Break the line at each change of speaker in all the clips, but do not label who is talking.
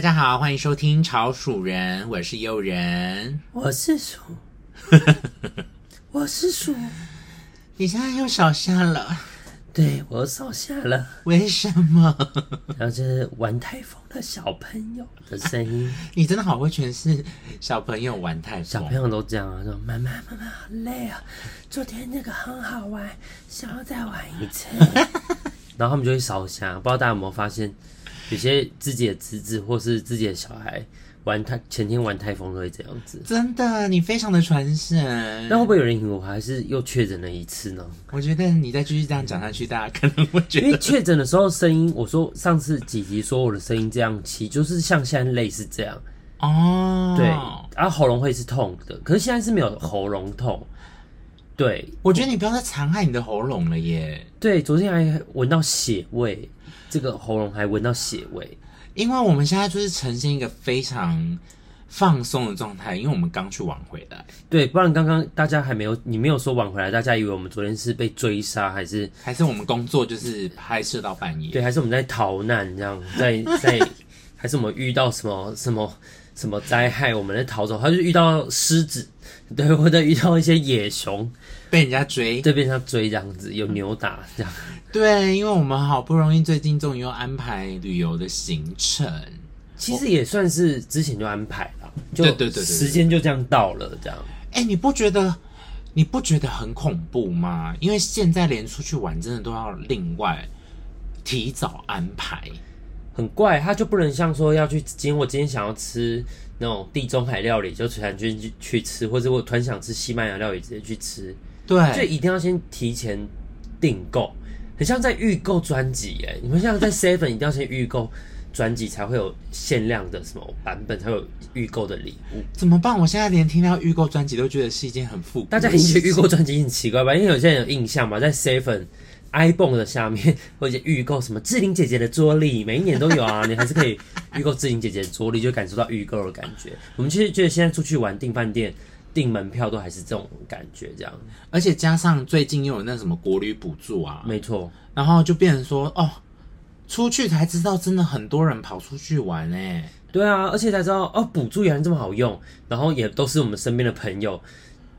家好，欢迎收听《潮鼠人》，我是悠人。
我是鼠，我是鼠，
你现在又少下了，
对我扫下了，
为什么？
然后就是玩太疯的小朋友的声音，
你真的好会诠释小朋友玩太
小
疯
朋。友都这样啊，说妈妈妈妈好累啊，昨天那个很好玩，想要再玩一次，然后他们就会扫下，不知道大家有没有发现，有些自己的侄子或是自己的小孩玩太前天玩太疯都会这样子，
真的，你非常的传神。
那会不会有人以为我还是又确诊了一次呢？
我觉得你再继续这样讲下去，大家 可能会觉
因为
得
确诊的时候声音，我说上次几集说我的声音这样，其实就是像现在类似这样，
哦，
对，然后喉咙会是痛的，可是现在是没有喉咙痛，对
我觉得你不要再残害你的喉咙了耶，
对，昨天还闻到血味，这个喉咙还闻到血味，
因为我们现在就是呈现一个非常放松的状态，因为我们刚去玩回来，
对，不然刚刚大家还没有你没有说晚回来，大家以为我们昨天是被追杀还是
还是我们工作就是拍摄到半夜，
对，还是我们在逃难这样，在 在还是我们遇到什么什么什么灾害，我们在逃走，还是遇到狮子，对，或者遇到一些野熊。
被人家追。
这边像追这样子，有
嗯
扭打这
哦
样。
对，因为我们好不容易最近终于又安排旅游的行程，
其实也算是之前就安排了，就
对对对对对
时间就这样到了这样。
哎、你不觉得你不觉得很恐怖吗？因为现在连出去玩真的都要另外提早安排。
很怪，他就不能像说要去，今天我今天想要吃那种地中海料理，就突然间去去吃，或者我突然想吃西班牙料理，直接去吃，就
对，
一定要先提前订购，很像在预购专辑哎，你 们像在 Seven 一定要先预购专辑，才会有限量的什么版本，才会有预购的礼物。
怎么办？我现在连听到预购专辑都觉得是一件很复古
大
的
家
事情。
一起预购专辑很奇怪吧？因为有些人有印象嘛，在 Seven、iPhone 的下面，或者预购什么志玲姐姐的桌历，每一年都有啊，你还是可以预购志玲姐姐的桌历，就感受到预购的感觉。我们其实觉得现在出去玩订饭店、订门票都还是这种感觉，这样
而且加上最近又有那什么国旅补助啊，
没错。
然后就变成说哦，出去才知道真的很多人跑出去玩哎、
对啊，而且才知道哦，补助原来这么好用，然后也都是我们身边的朋友，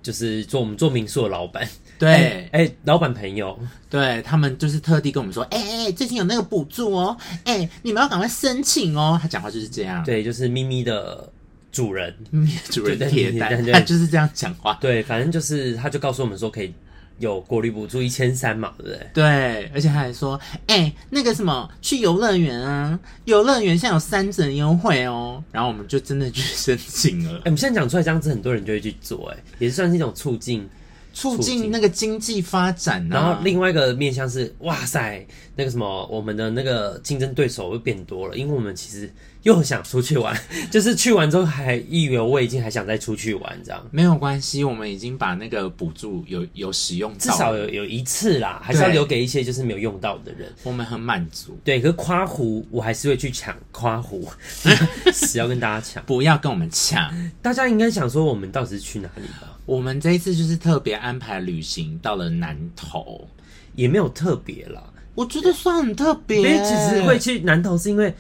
就是做我们做民宿的老板，
对。
哎、哎老板朋友，
对他们就是特地跟我们说，哎、哎、最近有那个补助哦，哎、你们要赶快申请哦。他讲话就是这样，
对，就是咪咪的主人，
嗯主人
对对
铁
对
蛋，
对
他就是这样讲话。
对，反正就是他就告诉我们说可以有国旅补助一千三嘛，对不对？
对，而且他还说，哎、那个什么，去游乐园啊，游乐园现在有三折优惠哦。然后我们就真的去申请了
哎、，我们现在讲出来这样子，很多人就会去做、哎，也算是一种促进。
促
促
进
进
那个经济发展、啊。
然后另外一个面向是，哇塞，那个什么，我们的那个竞争对手会变多了，因为我们其实又想出去玩， 就是去完之后还意犹未尽，还想再出去玩，这样
没有关系，我们已经把那个补助有有使用到，
至少有有一次啦，还是要留给一些就是没有用到的人。
我们很满足。
对，可是夸胡我还是会去抢夸胡， 死要跟大家抢。
不要跟我们抢。
大家应该想说我们到底是去哪里吧？
我们这一次就是特别安排旅行到了南投，
也没有特别啦。
我觉得算很特别。
因为其实会去南投是因为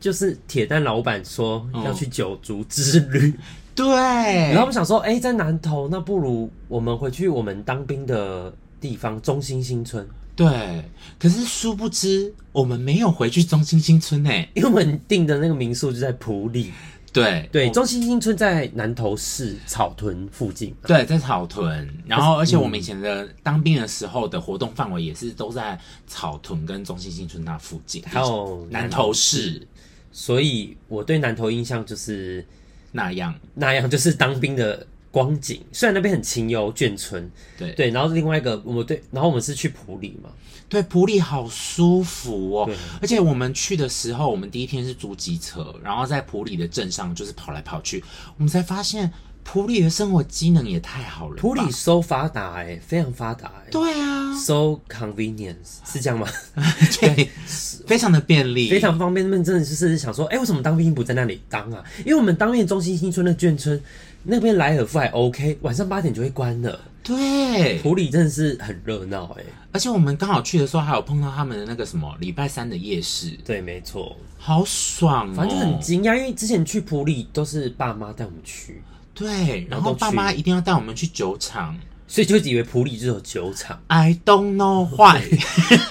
就是铁蛋老板说要去九族之旅，
对，
然后我们想说，哎、在南投，那不如我们回去我们当兵的地方中心新村，
对，可是殊不知我们没有回去中心新村诶。
因为我们订的那个民宿就在埔里，
对
对，中心新村在南投市草屯附近。
对，在草屯，然后而且我们以前的当兵的时候的活动范围也是都在草屯跟中心新村那附近，
还有
南投市
所以我对南投印象就是
那样。
那样，就是当兵的光景。虽然那边很清幽眷村，
对
对，然后另外一个我们对，然后我们是去埔里嘛，
对，普里好舒服哦
对，
而且我们去的时候，我们第一天是租机车，然后在普里的镇上就是跑来跑去，我们才发现普里的生活机能也太好了吧。
普里 so 发达哎、非常发达哎、
对 啊，哎
so convenience 是 这样吗？
对，非常的便利，
非常方便。那边真的就是想说，哎、为什么当兵不在那里当啊？因为我们当面中心新村的眷村那边莱尔夫还 OK，晚上八点就会关了。
对，
普里真的是很热闹哎，
而且我们刚好去的时候还有碰到他们的那个什么礼拜三的夜市，
对，没错，
好爽、哦，
反正就很惊讶，因为之前去普里都是爸妈带我们去，
对，然
然后
后
都
爸
去
妈一定要带我们去酒厂。
所以就以为普里就有酒厂
，I don't know why，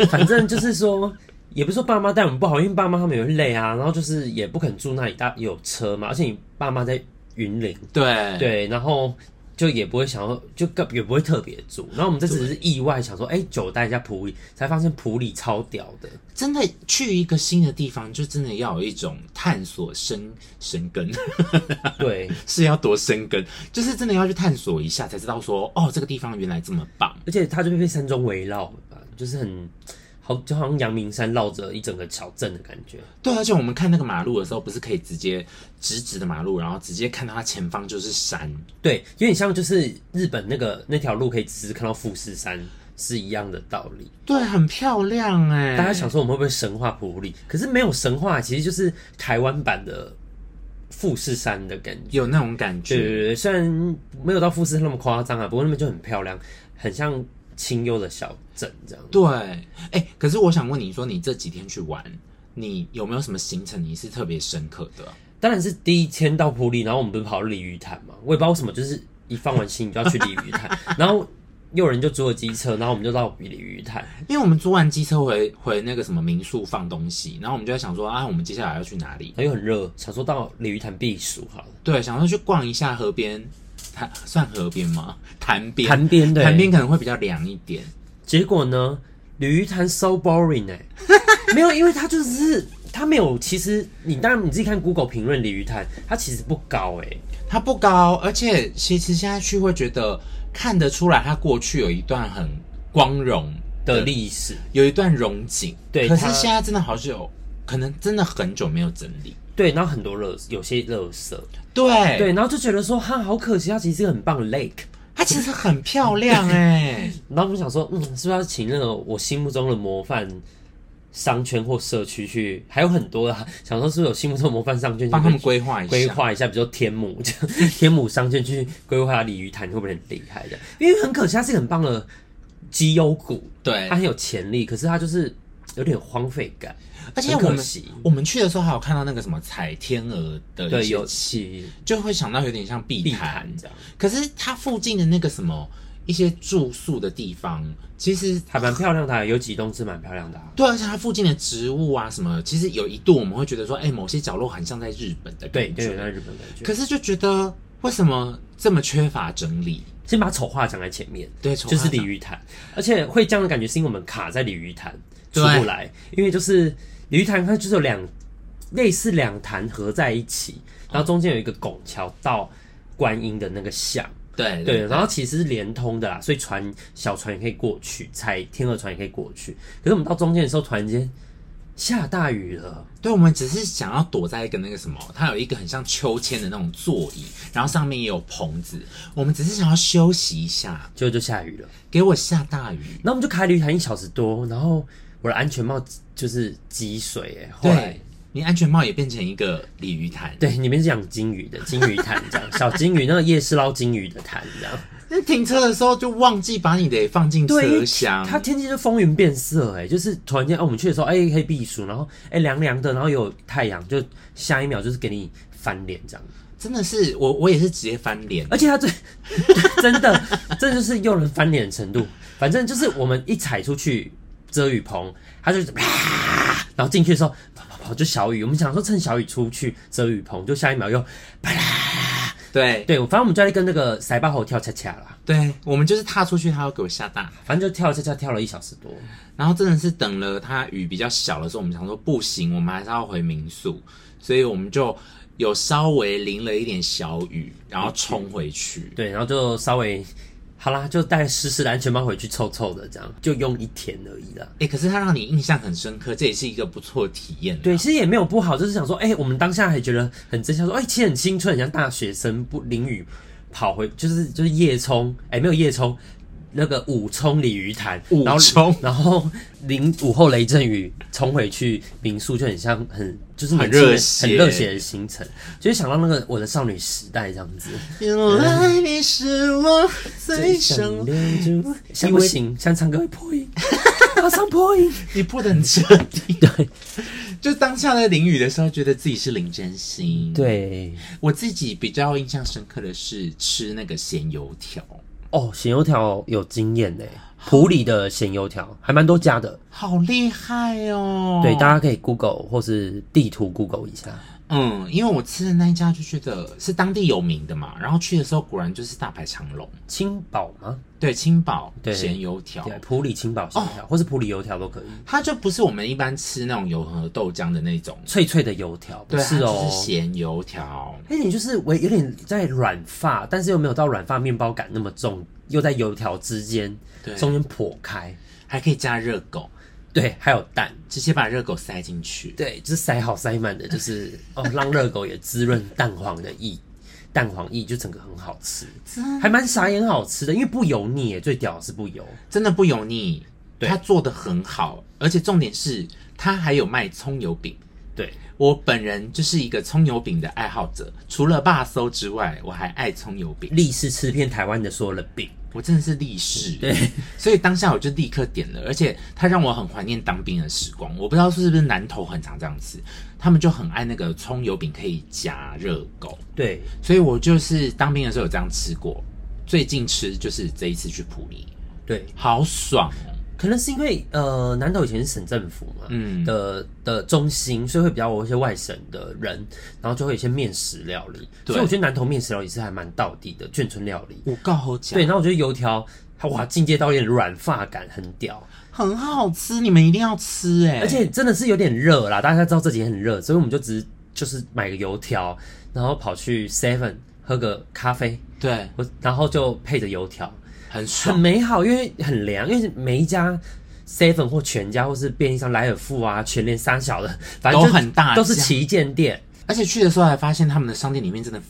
反正就是说，也不是说爸妈带我们不好，因为爸妈他们也会累啊，然后就是也不肯住那里，大有车嘛，而且你爸妈在云林，
对
对，然后。就也不会想要，就更也不会特别住。然后我们这次只是意外想说，哎、久待一下普里，才发现普里超屌的。
真的去一个新的地方，就真的要有一种探索深深根，
对，
是要多深根，就是真的要去探索一下，才知道说，哦，这个地方原来这么棒。
而且它就被山中围绕吧，就是很好，就好像阳明山绕着一整个小镇的感觉。
对，而且我们看那个马路的时候，不是可以直接直直的马路，然后直接看到它前方就是山。
对，有点像就是日本那个那条路可以直直看到富士山是一样的道理。
对，很漂亮哎、
大家想说我们会不会神话普里？可是没有神话，其实就是台湾版的富士山的感觉。
有那种感觉，
对对对，虽然没有到富士山那么夸张啊，不过那边就很漂亮，很像清幽的小镇这样。
对，哎、可是我想问你说，你这几天去玩，你有没有什么行程你是特别深刻的？
当然是第一天到普里，然后我们不是跑鲤鱼潭嘛，我也不知道为什么，就是一放完行李就要去鲤鱼潭， 然后又有人就租了机车，然后我们就到鲤鱼潭。
因为我们租完机车回回那个什么民宿放东西，然后我们就在想说啊，我们接下来要去哪里？
然后又很热，想说到鲤鱼潭避暑好了。
对，想说去逛一下河边，潭算河边吗？ 潭边，
潭边对，
潭边可能会比较凉一点。
结果呢，鲤鱼潭 so boring 哎、没有，因为它就是它没有，其实你当然你自己看 Google 评论鲤鱼潭，它其实不高哎、
它不高，而且其实现在去会觉得看得出来，它过去有一段很光荣
的历史。
有一段荣景。
对
可是
它
现在真的好久，可能真的很久没有整理。
对，然后很多热，有些热色，
对，
对，然后就觉得说哈，好可惜，它其实是个很棒的 lake。
它其实很漂 亮哎、
然后我们想说，嗯，是不是要请那个我心目中的模范商圈或社区去？还有很多啊，想说是不是有心目中的模范商圈去
帮他们规划一下。
规划一下，比如说天母， 这样天母商圈去规划鲤鱼潭会不会很厉害的？因为很可惜，它是一个很棒的绩优股，
对
它，很有潜力，可是它就是有点荒废感，
而且
很
我
可
们
惜。
我们去的时候还有看到那个什么彩天鹅的一
对，
些
有，起
就会想到有点像碧
碧
潭
潭。这样，
可是它附近的那个什么一些住宿的地方，其实
还蛮漂亮的啊，有几栋是蛮漂亮的啊。
对，而且它附近的植物啊什么，其实有一度我们会觉得说，哎、某些角落很像在日本的
对
感
对，有
觉，
那日本感觉。
可是就觉得为什么这么缺乏整理？
先把丑话讲在前面，
对，从
就是
它
鲤
讲
鱼潭，而且会这样的感觉是因为我们卡在鲤鱼潭出
对
不来，因为就是鲤鱼潭它就是有两类似两潭合在一起，然后中间有一个拱桥到观音的那个巷，
对
对，然后其实是连通的啦，所以船小船也可以过去，踩天鹅船也可以过去。可是我们到中间的时候，突然间下大雨了，
对，我们只是想要躲在一个那个什么，它有一个很像秋千的那种座椅，然后上面也有棚子，我们只是想要休息一下，
结果就下雨了。
给我下大雨。
然后我们就开鲤鱼潭一小时多，然后我的安全帽就是积水、欸，后来
对，你安全帽也变成一个鲤鱼潭，
对，里面是养金鱼的，金鱼潭这样，小金鱼那个夜市捞金鱼的潭这样。
那停车的时候就忘记把你的放进
对因为
车厢，
它天气就风云变色、哎，就是突然间，哦，我们去的时候，哎、可以避暑，然后哎凉凉的，然后有太阳，就下一秒就是给你翻脸这样。
真的是我我也是直接翻脸，
而且它最 真的，这就是诱人翻脸的程度。反正就是我们一踩出去遮雨棚，它就啪，然后进去的时候跑跑跑就小雨，我们想说趁小雨出去遮雨棚，就下一秒又
对
对，反正我们就在跟那个塞巴猴跳恰恰啦。
对，我们就是踏出去，他要给我下大雨，
反正就跳恰恰跳了一小时多，
然后真的是等了他雨比较小的时候，我们想说不行，我们还是要回民宿，所以我们就有稍微淋了一点小雨，然后冲回去。
对，然后就稍微好啦，就带湿湿的安全帽回去臭臭的，这样就用一天而已啦。
哎、可是它让你印象很深刻，这也是一个不错的体验。啊嗯
对，，其实也没有不好，就是想说，哎、我们当下还觉得很真相，说，哎、其实很青春，很像大学生，不淋雨跑回，就是就是夜冲，哎、没有夜冲，那个午冲鲤鱼潭，
午
然后
冲
然后淋午后雷阵雨冲回去民宿，就很像很就是
很
年轻人
热血
很热血的行程，就是想到那个我的少女时代这样子，
原来你是我最
想
想
留住，像
因
不
为
行，像唱歌会破 音，马上破音，
你破的很彻底。
对
就当下在淋雨的时候，觉得自己是林真心。，
对，
我自己比较印象深刻的是吃那个咸油条，
哦，咸油条有经验呢，普里的咸油条还蛮多家的，
好厉害哦！
对，大家可以 Google 或是地图 Google 一下，
嗯，因为我吃的那一家就觉得是当地有名的嘛，然后去的时候果然就是大排长龙。
青宝吗？
对，青宝
对
咸油条
对，，普里青宝咸
哦
油条，或是普里油条都可以，
它就不是我们一般吃那种油和豆浆的那种，
脆脆的油条，不
对，它
是哦
就。是咸油条。
有点就是我有点在软发，但是又没有到软发面包感那么重，又在油条之间
对
中间破开，
还可以加热狗，啊
对，还有蛋，
直接把热狗塞进去。
对，就是塞好塞满的，就是 哦，让热狗也滋润蛋黄的意，蛋黄意就整个很好吃，还蛮傻眼好吃的，因为不油腻耶，最屌的是不油，
真的不油腻，
对
它做的很好，而且重点是它还有卖葱油饼。
对，
我本人就是一个葱油饼的爱好者，除了霸搜之外，我还爱葱油饼。
力士吃遍台湾的所有的饼，
我真的是立誓，
对，
所以当下我就立刻点了，而且它让我很怀念当兵的时光。我不知道是不是南投很常这样吃，他们就很爱那个葱油饼可以夹热狗，
对，
所以我就是当兵的时候有这样吃过。最近吃就是这一次去普里，
对，
好爽哦！
可能是因为呃，南投以前是省政府嘛，
嗯
的的中心，所以会比较有一些外省的人，然后就会有一些面食料理，
对
所以我觉得南投面食料理是还蛮道地的眷村料理。
我告好讲，
对，然后我觉得油条，它哇，境界到有点软发感，很屌，
很好吃，你们一定要吃哎、
而且真的是有点热啦，大家知道这几天很热，所以我们就只就是买个油条，然后跑去 Seven 喝个咖啡，
对，
我然后就配着油条，
很
很
爽，
美好，因为很凉，因为每一家 Seven 或全家或是便利商莱尔富啊、全联、三小的，反正就
都很大
都是
家
旗舰店。
而且去的时候还发现他们的商店里面真的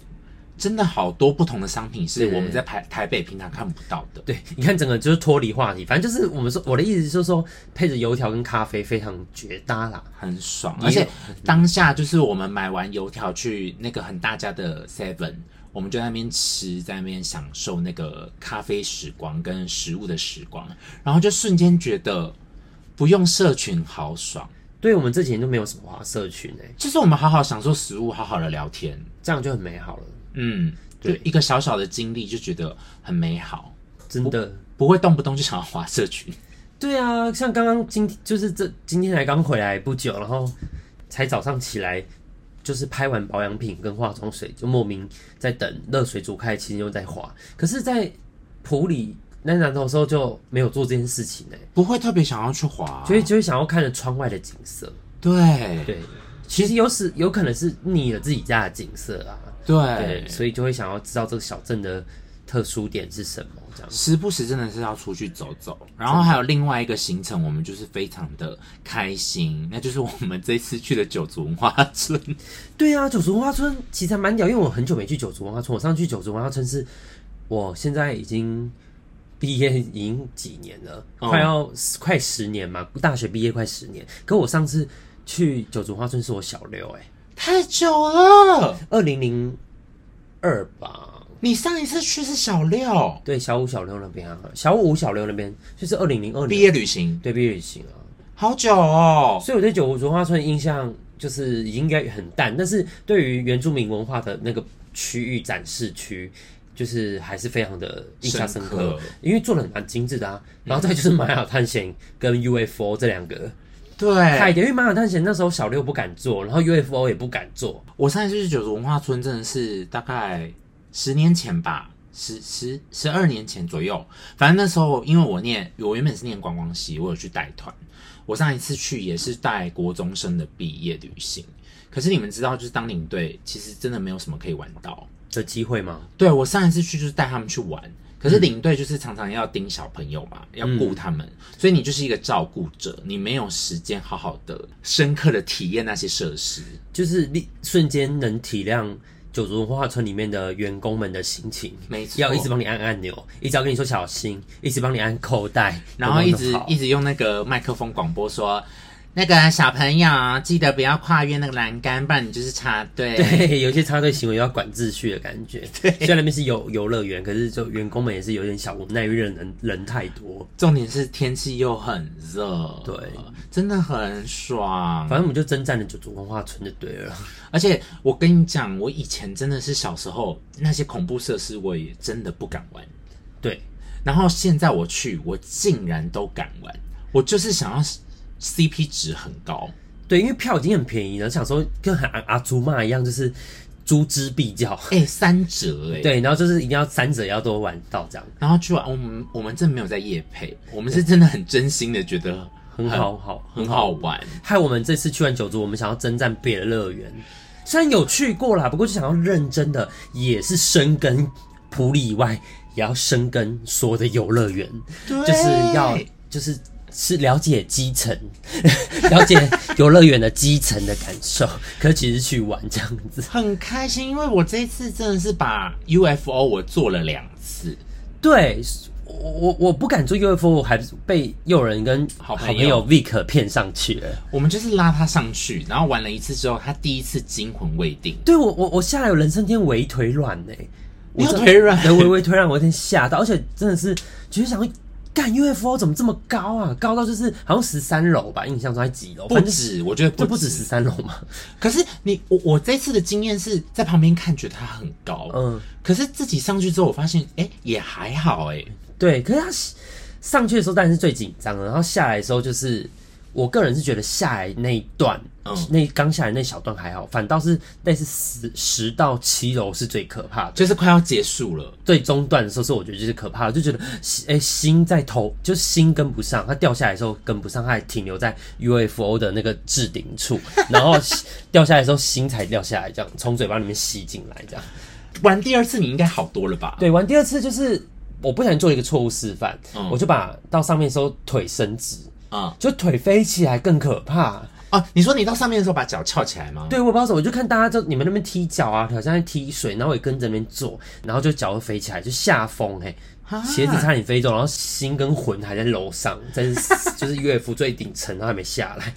真的好多不同的商品是
对
我们在台台北平常看不到的。
对，你看整个就是脱离话题，反正就是我们说我的意思就是说，配着油条跟咖啡非常绝搭啦。
很爽，
也有
而且当下就是我们买完油条去那个很大家的 Seven，我们就在那边吃，在那边享受那个咖啡时光跟食物的时光，然后就瞬间觉得不用社群好爽，
对我们这几年就没有什么话社群哎、
就是我们好好享受食物，好好的聊天，
这样就很美好了，
嗯，就
对
一个小小的经历就觉得很美好，
真的。
不会动不动就想要划社群。
对啊，像刚刚今就是这今天才刚回来不久，然后才早上起来，就是拍完保养品跟化妆水，就莫名在等热水煮开，其实又在滑。可是，在普里那南头的时候就没有做这件事情呢、
不会特别想要去滑，啊
就会就会想要看着窗外的景色。
对
对，其实有时有可能是腻了自己家的景色啊，对，
对，
所以就会想要知道这个小镇的特殊点是什么，这样。
时不时真的是要出去走走，然后还有另外一个行程，我们就是非常的开心，那就是我们这次去的九族文化村。
对啊，九族文化村其实还蛮屌，因为我很久没去九族文化村。我上次去九族文化村是，我现在已经毕业已经几年了，
哦
快要快十年嘛，大学毕业快十年。可我上次去九族文化村是我小六、欸，哎，
太久了，
二零零二吧，
你上一次去是小六
对，小五小六那边啊，小五小六那边就是二零零二
毕
年
业旅行，
对毕业旅行啊。
好久哦。
所以我对九族文化村的印象就是应该很淡，但是对于原住民文化的那个区域展示区，就是还是非常的印象深刻，
深刻
因为做的蛮精致的啊。然后再就是玛雅探险跟 UFO 这 两个
对，
太点，因为玛雅探险那时候小六不敢做，然后 UFO 也不敢做，
我上一次去九族文化村真的是大概十年前吧，十十十二年前左右。反正那时候因为我念，我原本是念观光系，我有去带团。我上一次去也是带国中生的毕业旅行。可是你们知道，就是当领队，其实真的没有什么可以玩到。
的机会吗？
对我上一次去就是带他们去玩，可
嗯
是领队就是常常要盯小朋友嘛，要顾他们，所以你就是一个照顾者，你没有时间好好的、深刻的体验那些设施。
就是立瞬间能体谅九族文化村里面的员工们的心情，
没错，
要一直帮你按按钮，一直要跟你说小心，一直帮你按扣带，
然后一直一
直
直用那个麦克风广播说，那个小朋友啊记得不要跨越那个栏杆，不然你就是插队。
对，有一些插队行为要管秩序的感觉。哎 对，虽然那边是游游乐园，可是就员工们也是有点小无奈，因为人人太多。
重点是天气又很热，
对，
真的很爽
反。正我们就征战了九族文化村就对了。
而且我跟你讲，我以前真的是小时候那些恐怖设施，我也真的不敢玩。
对，
然后现在我去，我竟然都敢玩，我就是想要 CP 值很 高。
对，因为票已经很便宜了，想说跟阿阿祖妈一样，就是锱铢必较。
哎、三折哎、
对，然后就是一定要三者要多玩到这样，
然后去玩，我们我们真的没有在夜配，我们是真的很真心的觉得
很好好嗯
很好玩。
害我们这次去完九族，我们想要征战别的乐园，虽然有去过啦，不过就想要认真的，也是深耕普里以外，也要深耕所有的游乐园，
对
就是要就是是了解基层， 了解游乐园的基层的感受，可其实去玩这样子，
很开心，因为我这一次真的是把 UFO 我做了两次，
对。我我我不敢做 UFO，我还被友人跟
好朋
朋
友
友 Vic 骗上去了。
我们就是拉他上去，然后玩了一次之后，他第一次惊魂未定，
对我我我下来有人生天微腿软呢、
你
我
有
真的
腿软
对，微微推让我有点吓到，而且真的是就是想说，干 UFO 怎么这么高啊？高到就是好像十三楼吧，印象中还几楼，
不
反正就是
止，我觉得
就
不
不止十三楼嘛。
可是你我我这次的经验是在旁边看，觉得它很高，
嗯，
可是自己上去之后，我发现哎、也还好哎、
对。可是他上去的时候当然是最紧张的，然后下来的时候就是，我个人是觉得下来那一段，
嗯
那刚下来那小段还好，反倒是但是十十到七楼是最可怕的。
就是快要结束了。
最中段的时候，是我觉得就是可怕的，就觉得心哎、心在头，就是心跟不上，它掉下来的时候跟不上，它还停留在 UFO 的那个置顶处，然后 掉下来的时候心才掉下来，这样从嘴巴里面吸进来，这样。
玩第二次你应该好多了吧？
对，玩第二次就是我不小心做了一个错误示范，
嗯
我就把到上面的时候腿伸直，
啊、
就腿飞起来更可怕。
哦，你说你到上面的时候把脚翘起来吗？
对，我不知道怎么，我就看大家就你们那边踢脚啊，好像在踢水，然后我也跟着那边做，然后就脚就飞起来，就下风嘿、
啊
鞋子差点飞走，然后心跟魂还在楼上，在 就是 UFO 最顶层，然后还没下来。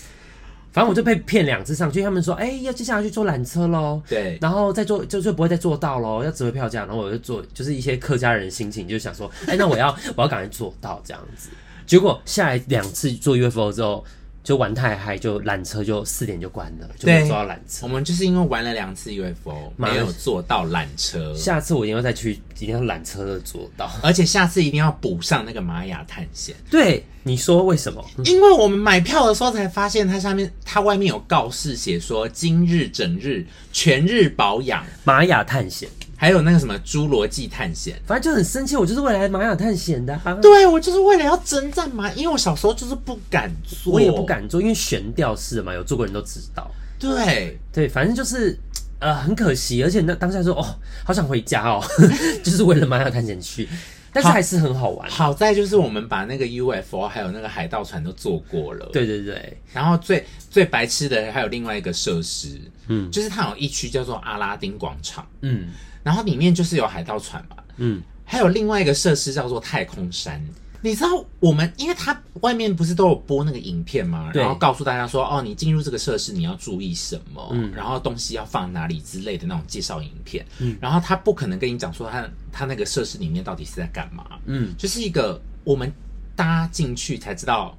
反正我就被骗两次上去，他们说，哎、要接下来去坐缆车喽，
对，
然后再坐就就不会再坐到喽，要值回票价。然后我就坐，就是一些客家人的心情，就想说，哎、那我要 我要赶快坐到这样子。结果下来两次坐 UFO 之后，就玩太嗨，就缆车就四点就关了，就没有
对
坐到缆车。
我们就是因为玩了两次 UFO，
妈
没有坐到缆车，
下次我一定要再去，一定要缆车的坐到。
而且下次一定要补上那个玛雅探险，
对，你说为什么？
因为我们买票的时候才发现它下面它外面有告示写说今日整日全日保养，
玛雅探险，
还有那个什么侏罗纪探险。
反正就很生气，我就是为了来玛雅探险的、啊。
对，我就是为了要征战嘛，因为我小时候就是不敢做，
我也不。敢做，因为悬吊式的嘛，有做过人都知道。
对，
对，反正就是。呃，很可惜，而且那当下说哦，好想回家哦， 就是为了玛雅探险去，但是还是很好玩。
好在就是我们把那个 UFO 还有那个海盗船都做过了。
对对对，
然后最最白痴的还有另外一个设施，嗯，就是它有一区叫做阿拉丁广场，
嗯
然后里面就是有海盗船嘛，
嗯，
还有另外一个设施叫做太空山。你知道我们，因为它外面不是都有播那个影片吗？
对
然后告诉大家说，哦，你进入这个设施你要注意什么，
嗯
然后东西要放哪里之类的那种介绍影片。
嗯
然后他不可能跟你讲说他他那个设施里面到底是在干嘛，
嗯，
就是一个我们搭进去才知道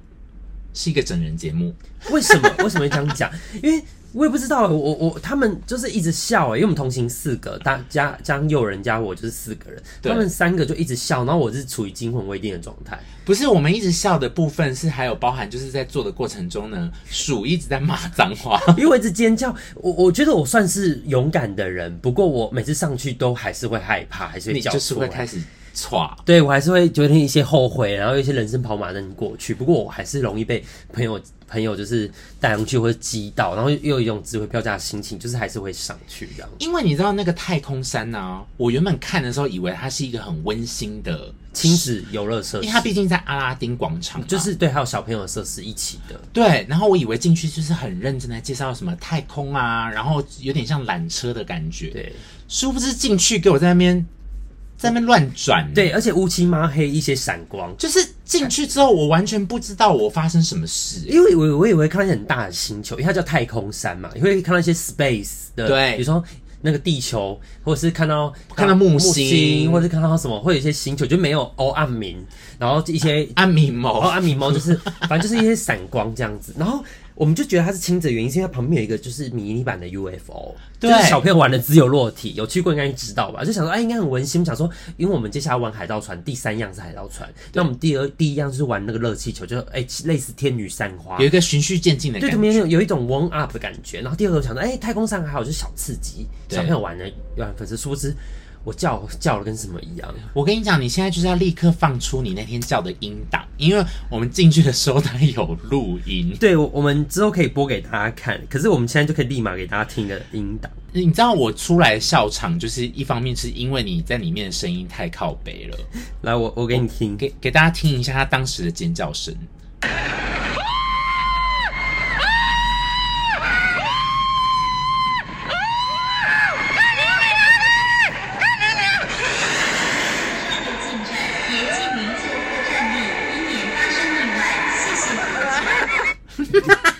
是一个整人节目。
为什么 为什么会这样讲？因为我也不知道，我我他们就是一直笑哎、因为我们同行四个，大加加上友人加我就是四个人，
对
他们三个就一直笑，然后我是处于惊魂未定的状态。
不是，我们一直笑的部分是还有包含，就是在做的过程中呢，鼠一直在骂脏 话。
因为我一直尖叫，我我觉得我算是勇敢的人，不过我每次上去都还是会害怕，还是
你
会叫欸
就是
出
会
来。
开始歘，
对我还是会觉得一些后悔，然后有一些人生跑马灯过去。不过我还是容易被朋友朋友就是带上去或者击倒，然后又有一种值回票价的心情，就是还是会上去这样。
因为你知道那个太空山呢、我原本看的时候以为它是一个很温馨的，
亲子游乐设
因
施
为它毕竟在阿拉丁广场嘛，
就是对，还有小朋友的设施一起的。
对，然后我以为进去就是很认真的介绍什么太空啊，然后有点像缆车的感觉，，
对
殊不知进去给我在那边在那边乱转，
对，，而且乌漆嘛黑一些闪光，
就是进去之后我完全不知道我发生什么事、
因为我我以为看到一些很大的星球，因为它叫太空山嘛，你会看到一些 space 的，
对
比如说那个地球，或者是看到
看到木星
星，或者是看到什么，会有一些星球就没有欧暗明，然后一些
安啊米某、
哦，阿米猫就是 反正就是一些闪光这样子，然后我们就觉得它是亲子的原因，是因为它旁边有一个就是迷你版的 UFO，
对
就是小朋友玩的自由落体，有去过应该知道吧？就想说，哎，应该很温馨。我们想说，因为我们接下来玩海盗船，第三样是海盗船，那我们第二第一样就是玩那个热气球，就哎类似天女散花
有。一个循序渐进的
对，
感
对
觉，
面有有一种 warm up 的感觉，然后第二个我想说，哎、太空山还好，就是小刺激，
对
小朋友玩的玩粉丝，殊不知我叫叫了跟什么一样，
我跟你讲，你现在就是要立刻放出你那天叫的音档，因为我们进去的时候它有录音。
对，我我们之后可以播给大家看，可是我们现在就可以立马给大家听一个音档。
你知道我出来笑场，就是一方面是因为你在里面的声音太靠北了，
来，我我给你听。
给给大家听一下他当时的尖叫声。
敬站，严禁您错过站立，以免发生意外。谢谢您的请。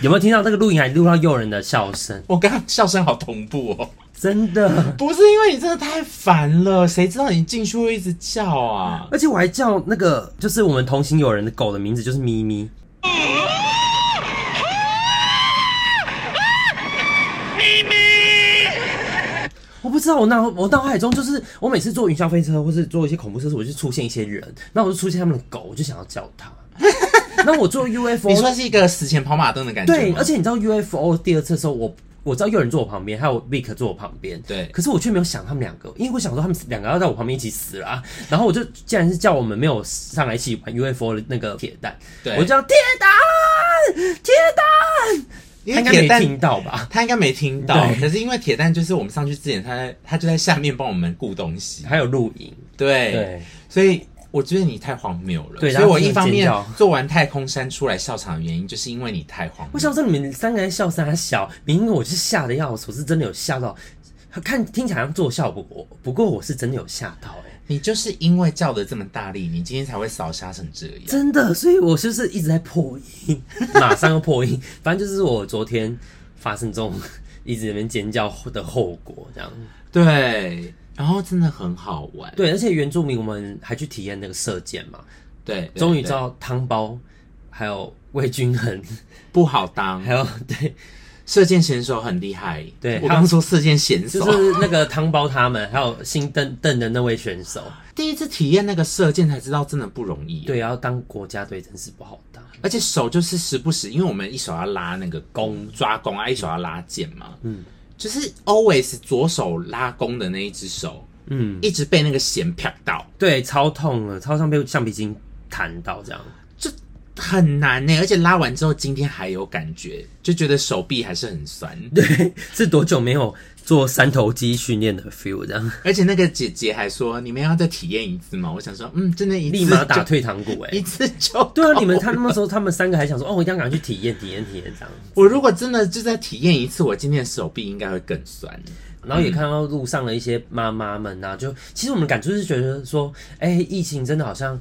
有没有听到这个录音还录到诱人的笑声？
我刚刚笑声好同步哦，
真 的，
不是因为你真的太烦了，谁知道你进去会一直叫啊？
而且我还叫那个，就是我们同行友人的狗的名字，就是咪咪。我不知道，我脑我脑海中就是，我每次坐云霄飞车或是坐一些恐怖设施，我就出现一些人，那我就出现他们的狗，我就想要叫它。那我坐 UFO，
你说是一个死前跑马灯的感觉吗
对，而且你知道 UFO 第二次的时候，我我知道有人坐我旁边，还有 Vic 坐我旁边，
对
可是我却没有想他们两个，因为我想说他们两个要在我旁边一起死了啊。然后我就既然是叫我们没有上来一起玩 UFO 的那个铁蛋，
对
我就叫铁蛋，铁蛋，
因为
他应该
铁
没
蛋
听到吧？
他应该没听到，
对
可是因为铁蛋就是我们上去之前，他在他就在下面帮我们顾东西，
还有录影，
对，
对，
所以我觉得你太荒谬了。
对
所以我一
然后
方
就是尖
面
叫
做完太空山出来笑场的原因，就是因为你太荒
我
谬。
想说你们三个人笑啥笑？明明我是吓得要死，我是真的有吓到。看听起来好像做效果，不过我是真的有吓到哎、
你就是因为叫的这么大力，你今天才会扫杀成这样。
真的，所以我就是一直在破 音，马上要破音。反正就是我昨天发生这种一直在那边尖叫的后果，这样。
对，然后真的很好玩。
对，而且原住民我们还去体验那个射箭嘛，
对，对
终于
对
知道汤包还有魏均衡，
不好当
还。有对，
射箭选手很厉害。
对
我刚说射箭选手，
就是那个汤包他们，还有新登登的那位选手，
第一次体验那个射箭才知道真的不容易。，啊
对，要当国家队真是不好当。
而且手就是时不时，因为我们一手要拉那个弓抓弓啊，一手要拉箭嘛。嗯，就是 always 左手拉弓的那一只手，
嗯，
一直被那个弦啪到，
对，超痛了，超像被橡皮筋弹到这样。
就很难呢、而且拉完之后，今天还有感觉，就觉得手臂还是很酸。
对，是多久没有做三头肌训练的 feel 这样？
而且那个姐姐还说：“你们要再体验一次吗？”我想说，嗯，真的一次
立马打
就，
退堂鼓 哎、
一次就
对啊，
够
你们他那时候他们三个还想说，哦，我一定要赶快去体验体验体验这样。
我如果真的就再体验一次，我今天的手臂应该会更酸。
然后也看到路上的一些妈妈们
嗯
啊，就其实我们的感触是觉得说，哎、疫情真的好像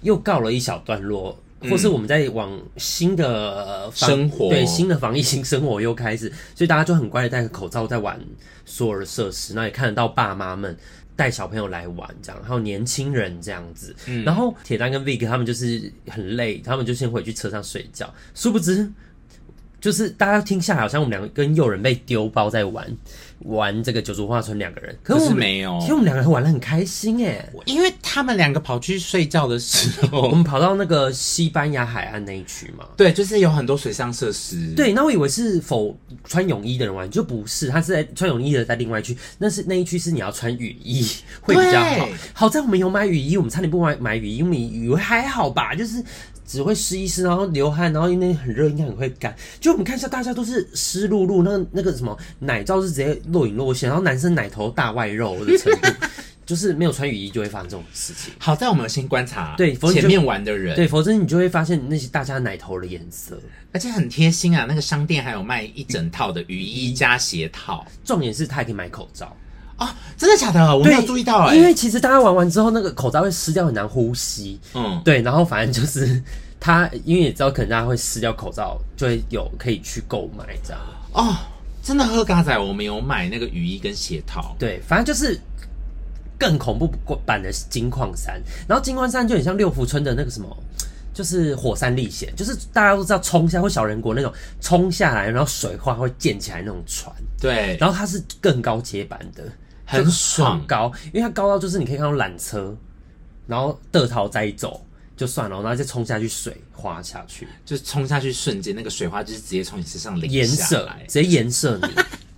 又告了一小段落，或是我们在往新的呃
嗯
防
生活
对新的防疫新生活又开始，所以大家就很乖的戴着口罩在玩所有的设施，那也看得到爸妈们。带小朋友来玩，这样还有年轻人这样子，
嗯
然后铁蛋跟 Vic 他们就是很累，他们就先回去车上睡觉。殊不知就是大家听下来，好像我们两个跟诱人被丢包在玩玩这个九族化村两个人，可
可
是我
是
们
没有
其实我们两个人玩的很开心哎、
因为他们两个跑去睡觉的时
我
候，
们跑到那个西班牙海岸那一区嘛。
对，就是有很多水上设施，，
对，那我以为是否穿泳衣的人玩，就不是，他是在穿泳衣的在另外一区，那是那一区是你要穿雨衣会比较好
对。
好在我们有买雨衣，我们差点不买买雨衣，因为以为还好吧，就是只会湿一湿，然后流汗，然后因为很热，应该很会干。就我们看一下，大家都是湿漉漉，那个那个什么奶罩是直接若隐若现，然后男生奶头大外露的程度， 就是没有穿雨衣就会发生这种事情。
好在我们有先观察
对否则就
前面玩的人，
对，否则你就会发现那些大家奶头的颜色。
而且很贴心啊，那个商店还有卖一整套的雨衣加鞋套
重点是他还可以买口罩，
啊，真的假的？我没有
嗯对
注意到哎、
因为其实大家玩完之后，那个口罩会湿掉，很难呼吸。
嗯，
对，然后反正就是他，因为也知道可能大家会湿掉口罩，就会有可以去购买这样。
哦，真的喝嘎仔，我们有买那个雨衣跟鞋套，
对，反正就是更恐怖版的金矿山，然后金矿山就很像六福村的那个什么。就是火山历险，就是大家都知道冲下或小人国那种冲下来，然后水花会溅起来那种船，
对，
然后它是更高阶版的，
很爽
很，高，因为它高到就是你可以看到缆车，然后得逃再走就算了，然后再冲下去水滑下去，
就是冲下去瞬间，那个水花就是直接从你身上淋
颜
下
色
来，
直接颜色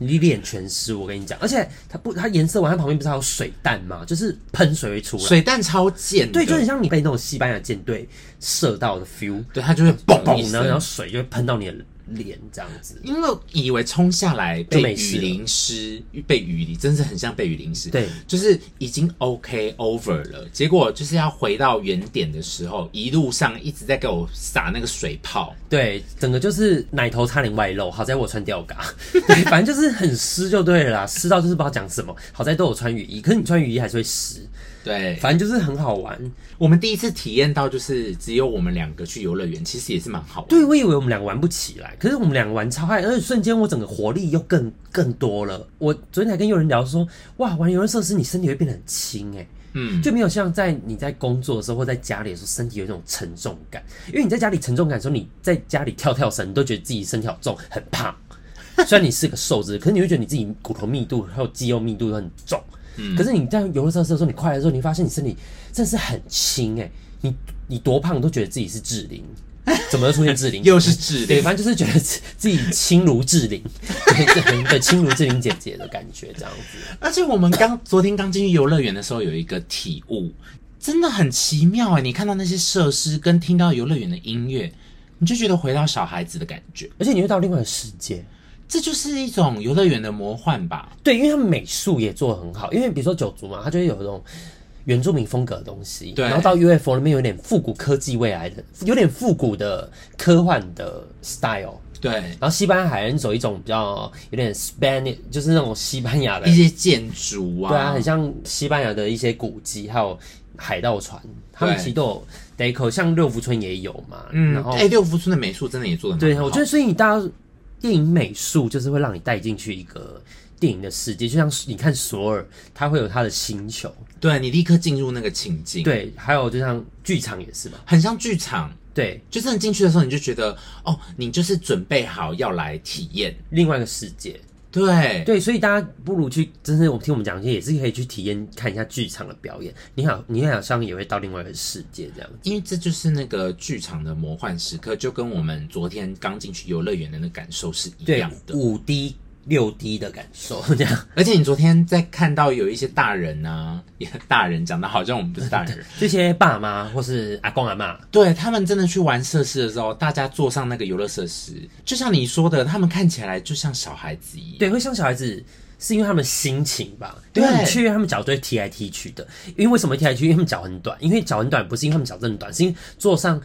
你，你脸全湿，我跟你讲，而且它不，它颜色完，它旁边不是还有水弹吗？就是喷水会出来，
水弹超贱的，
对，就很像你被那种西班牙舰队射到的 feel，
对，它就会嘣嘣一
然后然
声。
后水就会喷到你的脸这样子，
因为我以为冲下来被
就没事
雨
了
淋湿，被雨淋，真是很像被雨淋湿。
对，
就是已经 OK over 了，结果就是要回到原点的时候，一路上一直在给我撒那个水泡，
对，整个就是奶头差点外露，好在我穿吊嘎， 对，反正就是很湿就对了啦， 湿到就是不知道讲什么，好在都有穿雨衣，可是你穿雨衣还是会湿，
对，
反正就是很好玩。
我们第一次体验到，就是只有我们两个去游乐园，其实也是蛮好玩。，
对，我以为我们两个玩不起来，可是我们两个玩超嗨，而且瞬间我整个活力又更更多了。我昨天还跟有人聊说，哇，玩游乐设施你身体会变得很轻哎、
嗯，
就没有像在你在工作的时候或在家里的时候，身体有一种沉重感。因为你在家里沉重感的时候，你在家里跳跳绳，你都觉得自己身体好重，很胖。 虽然你是个瘦子，可是你会觉得你自己骨头密度还有肌肉密度都很重。可是你在游乐设施的时候，你快乐的时候，你发现你身体真的是很轻哎、你你多胖都觉得自己是志玲，怎么会出现志玲？
又是智
对，
力，
反正就是觉得自自己轻如志玲， 对对对，轻如志玲姐姐的感觉这样子。
而且我们刚昨天刚进去游乐园的时候，有一个体悟，真的很奇妙哎、你看到那些设施跟听到游乐园的音乐，你就觉得回到小孩子的感觉，
而且你会到另外一个世界，
这就是一种游乐园的魔幻吧？
对，因为他们美术也做得很好，因为比如说九族嘛，它就会有那种原住民风格的东西，
对
然后到 UFO 那边有点复古科技未来的，有点复古的科幻的 style，
对，
然后西班牙海岸走一种比较有点 Spanish，就是那种西班牙的
一，些建筑啊，
对啊，很像西班牙的一些古迹，还有海盗船，他们
对
其实都有 deco，像六福村也有嘛，
嗯
然，后
哎、六福村的美术真的也做的
对，我觉得所以你大家电影美术就是会让你带进去一个电影的世界，就像你看索尔，他会有他的星球，
对啊你立刻进入那个情境，，
对，还有就像剧场也是嘛，
很像剧场。
对，
就是你进去的时候，你就觉得哦，你就是准备好要来体验，
另外一个世界，
对，
对，所以大家不如去，真是我听我们讲，也是可以去体验看一下剧场的表演，你好，你好像也会到另外一个世界这样子。
因为这就是那个剧场的魔幻时刻，就跟我们昨天刚进去游乐园的那感受是一
对
样，的。
五 D、六 D 的感受，这样
而且你昨天在看到有一些大人啊，也大人讲的好像我们不是大人，
这些爸妈或是阿公阿妈，
对他们真的去玩设施的时候，大家坐上那个游乐设施，就像你说的，他们看起来就像小孩子一样。
对，会像小孩子，是因为他们心情吧？
对
因为你去，他们脚就会踢来踢去的。因为为什么踢来踢去？因为他们脚很短，因为脚很短不是因为他们脚真的短，是因为坐上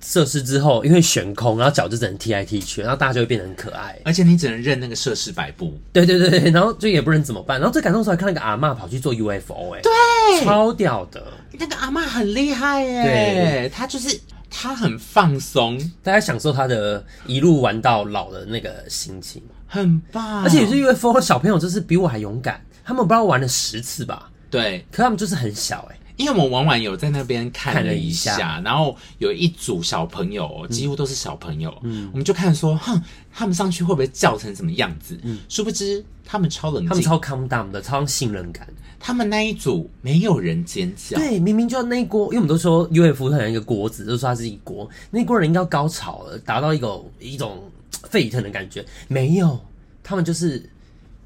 设施之后，因为悬空，然后脚就只能踢来踢去，然后大家就会变得很可爱。
而且你只能任那个设施摆布，
对对对对，然后就也不能怎么办。然后最感动的时候，还看那个阿嬷跑去做 UFO，哎、对，超屌的。
那个阿嬷很厉害耶，她就是她很放松，
大家享受他的一路玩到老的那个心情，
很棒。
而且有些 UFO 的小朋友就是比我还勇敢，他们不知道玩了十次吧，
对，
可他们就是很小哎、
因为我婉婉有在那边看
看
了
了
一
一
下，
下嗯
然后有一组小朋友哦、几乎都是小朋友，哦我们就看说，哼，他们上去会不会叫成什么样子？殊不知他们超冷静，
嗯他们超 calm down 的，超信任感。
他们那一组没有人尖叫，
对，明明就那一锅，因为我们都说 UFO 它像一个锅子，就说它是一锅，那一锅人应该要高潮了，达到一个一种沸腾的感觉，没有，他们就是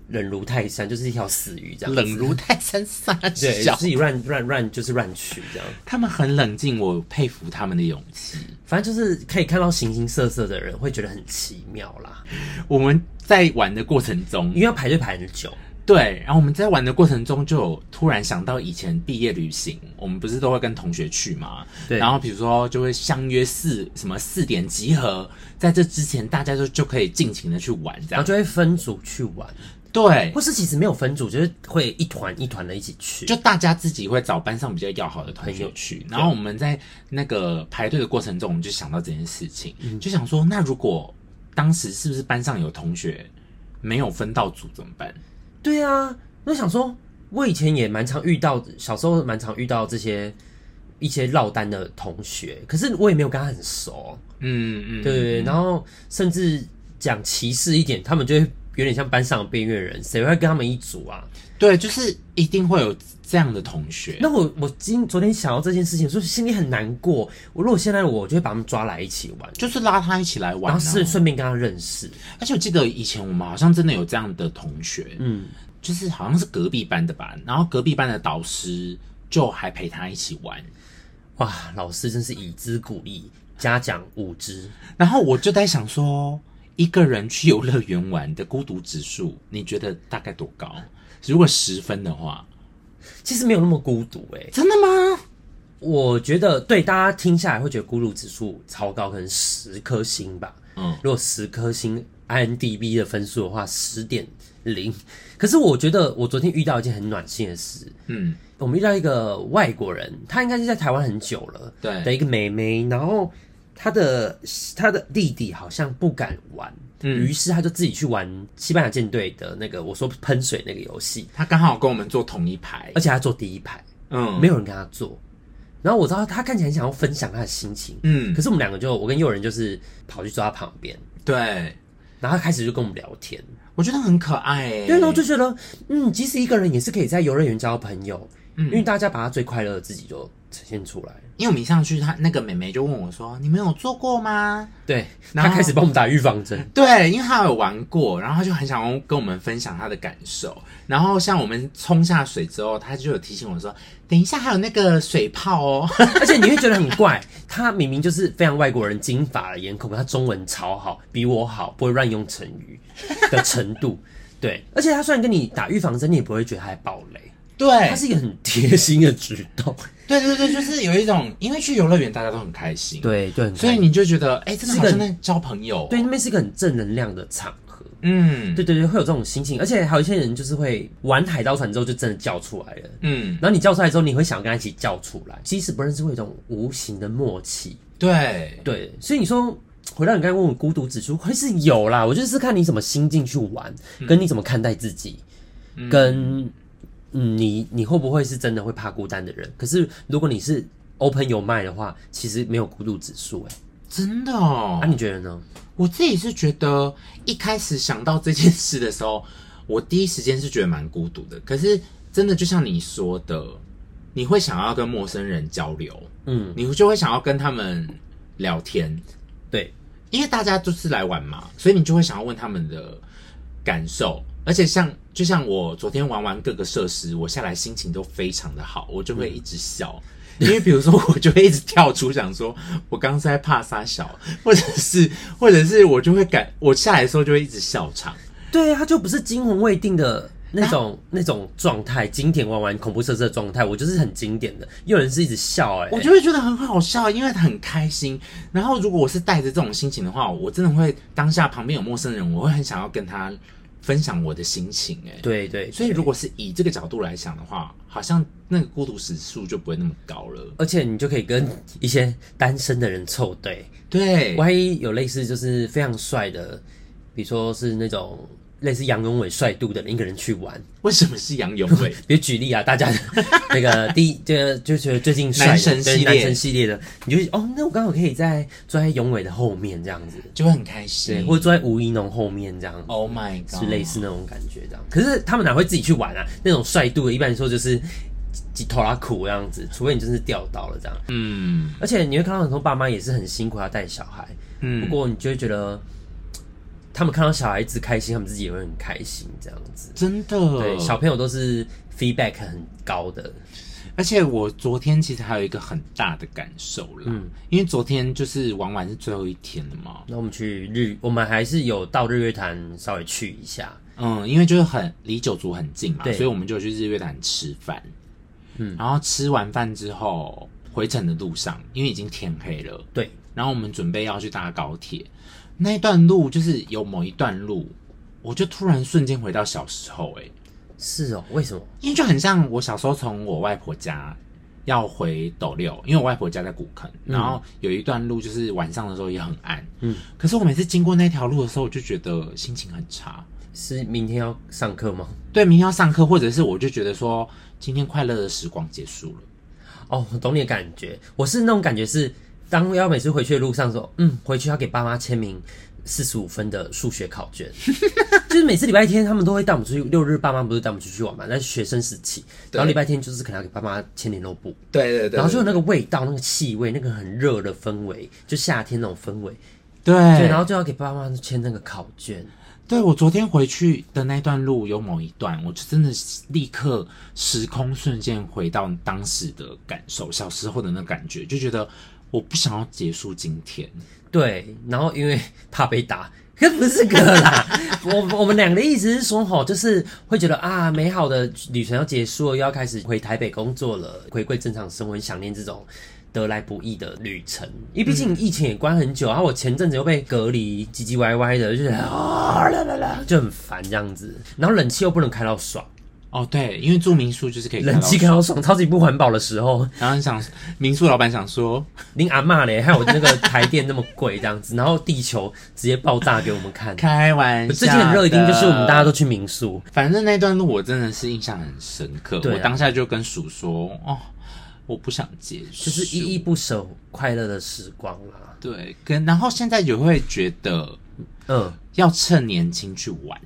忍如泰山，就是一条死鱼这样 子，
冷如泰山撒
对，
小
就，是己乱乱乱就是乱取这样，
他们很冷静，我佩服他们的勇气。
反正就是可以看到形形色色的人，会觉得很奇妙啦，
我们在玩的过程中
因为，要排队排很久，
对，然后我们在玩的过程中就有突然想到以前毕业旅行，我们不是都会跟同学去嘛？
对
然后比如说就会相约四什么四点集合，在这之前大家就就可以尽情的去玩这
然后
样。
就会分组去玩，
对
或，是其实没有分组，就是会一团一团的一起去，
就大家自己会找班上比较要好的同
朋
学
友
去，然后我们在那个排队的过程中，我们就想到这件事情，
嗯
就想说，那如果当时是不是班上有同学没有分到组怎么办？
对啊，我想说，我以前也蛮常遇到，小时候蛮常遇到这些一些落单的同学，可是我也没有跟他很熟，
嗯嗯，
对对对，然后甚至讲歧视一点，他们就会有点像班上的边缘人，谁会跟他们一组啊？
对，就是一定会有这样的同学。
那我我今昨天想到这件事情，所以心里很难过。我如果现在我就会把他们抓来一起玩，
就是拉他一起来玩、啊，
然后顺顺便跟他认识，
而且我记得以前我们好像真的有这样的同学，
嗯，
就是好像是隔壁班的吧，然后隔壁班的导师就还陪他一起玩，
哇，老师真是以资鼓励，嘉奖五支。
然后我就在想说，一个人去游乐园玩的孤独指数，你觉得大概多高？如果十分的话，
其实没有那么孤独哎、
真的吗？
我觉得对大家听下来会觉得孤独指数超高，可能十颗星吧。
嗯，
如果十颗星 IMDB 的分数的话，十点零。可是我觉得我昨天遇到一件很暖心的事，
嗯，
我们遇到一个外国人，她应该是在台湾很久了的
对，
一个妹妹，然后她的她的弟弟好像不敢玩，
嗯
于是她就自己去玩西班牙舰队的那个我说喷水那个游戏，
他刚好跟我们坐同一排
而，且她坐第一排，
嗯，
没
有，
有人跟她坐。然后我知道她看起来很想要分享她的心情，
嗯
可，是我们两个就，我跟诱人就是跑去坐他旁边，
对，
然后他开始就跟我们聊天，
我觉得很可爱、欸，
对，然后我就觉得，嗯，即使一个人也是可以在游乐园交朋友，
嗯
因为大家把他最快乐的自己就呈现出来。
因为我们一上去，他那个妹妹就问我说：“你们有做过吗
对，
然后
他开始帮我们打预防针，？”
对，因为她有玩过，然后她就很想要跟我们分享她的感受。然后像我们冲下水之后，她就有提醒我说：“等一下还有那个水泡哦。
而且你会觉得很怪，他明明就是非常外国人金发的脸孔，他中文超好，比我好，不会乱用成语的程度。对，而且他虽然跟你打预防针，你也不会觉得他在暴雷，”
对
他，是一个很贴心的举 动。
对对对，就是有一种，因为去游乐园大家都很开心，，
对对，很
所以你就觉得，哎、真的好
是
像
个
在交朋友。哦
对，那边是一个很正能量的场合。
嗯，
对对对，会有这种心情，而且还有一些人就是会玩海盗船之后就真的叫出来了，
嗯，
然后你叫出来之后，你会想要跟他一起叫出来，即使不认识，会有一种无形的默契。
对，
对，所以你说回到你刚才问我孤独指数，还是有啦，我就是看你怎么心境去玩，
嗯
跟你怎么看待自己，跟嗯你你会不会是真的会怕孤单的人？可是如果你是 open your mind 的话，其实没有孤独指数哎、
真的哦。
那、啊、你觉得呢？
我自己是觉得一开始想到这件事的时候，我第一时间是觉得蛮孤独的。可是真的就像你说的，你会想要跟陌生人交流，
嗯，
你就会想要跟他们聊天，
对，
因为大家都是来玩嘛，所以你就会想要问他们的感受。而且像就像我昨天玩完各个设施，我下来心情都非常的好，我就会一直笑。因为比如说，我就会一直跳出，想说我刚刚是在怕撒小，或者是或者是我就会感我下来的时候就会一直笑场。
对，啊它就不是惊魂未定的那种、
啊
那种状态，经典玩完恐怖设施的状态，我就是很经典的。有人是一直笑、欸，哎，
我就会觉得很好笑，因为很开心。然后如果我是带着这种心情的话，我真的会当下旁边有陌生人，我会很想要跟他分享我的心情、哎，
对对，
所以
对
如果是以这个角度来想的话，好像那个孤独指数就不会那么高了。
而且你就可以跟一些单身的人凑对，
对，
万一有类似就是非常帅的，比如说是那种类似杨永伟率度的人一个人去玩。
为什么是杨永伟？
比如举例啊，大 家那个第一，这个就觉得最近帅的
男神
对
系列
男神系列的，你就哦，那我刚好可以在坐在永伟的后面这样子，
就会很开
对，
心。
或者坐在吴一农后面这样，
Oh my god，
是类似那种感觉这样。可是他们哪会自己去玩啊？那种帅度的，一般来说就是几几头拉苦这样子，除非你真是钓到了这样。
嗯
而且你会看到很多爸妈也是很辛苦要带小孩，
嗯，
不过你就会觉得嘖他们看到小孩子开心，他们自己也会很开心这样子。
真的
对，小朋友都是 feedback 很高的，
而且我昨天其实还有一个很大的感受啦，
嗯
因为昨天就是玩完是最后一天了嘛，
那我们去日，我们还是有到日月潭稍微去一下。
嗯，因为就是很离九族很近嘛，
对
所以我们就去日月潭吃饭，
嗯
然后吃完饭之后回程的路上，因为已经天黑了，
对，
然后我们准备要去搭高铁，那一段路就是有某一段路，我就突然瞬间回到小时候、欸，
是哦，为什么？
因为就很像我小时候从我外婆家要回斗六，因为我外婆家在古坑，然后有一段路就是晚上的时候也很暗，
嗯
嗯，可是我每次经过那条路的时候，我就觉得心情很差。
是明天要上课吗？
对，明天要上课，或者是我就觉得说今天快乐的时光结束了，
哦，我懂你的感觉。我是那种感觉是，当要每次回去的路上说，嗯，回去要给爸妈签名四十五分的数学考卷， 就是每次礼拜天他们都会带我们出去，六日爸妈不是带我们出去玩嘛，那是学生时期，然后礼拜天就是可能要给爸妈签联络簿，
对对对
然后就有那个味道、那个气味、那个很热的氛围，就夏天那种氛围，
对，
对，然
然后
后就要给爸妈签那个考卷，
对我昨天回去的那段路有某一段，我就真的立刻时空瞬间回到当时的感受，小时候的那感觉，就觉得我不想要结束今天。
对，然后因为怕被打，可不是个啦。 我我们两个的意思是说，吼，就是会觉得啊，美好的旅程要结束了，又要开始回台北工作了，回归正常生活，很想念这种得来不易的旅程。因为毕竟疫情也关很久，然后我前阵子又被隔离，唧唧歪歪的，就是 啊啦啦啦，就很烦这样子。然后冷气又不能开到爽，
哦，对，因为住民宿就是可以看
冷
到
气开到爽，超级不环保的时候，
然后想民宿老板想说，
您阿嬷嘞，还有那个台电那么贵这样子，然后地球直接爆炸给我们看。
开玩笑，
最近很热，一定就是我们大家都。去民宿。
反正那段路我真的是印象很深刻，
对啊
我当下就跟鼠说，哦，我不想结束，
就是依依不舍快乐的时光啦。
对，跟然后现在也会觉得
嗯
要趁年轻去玩，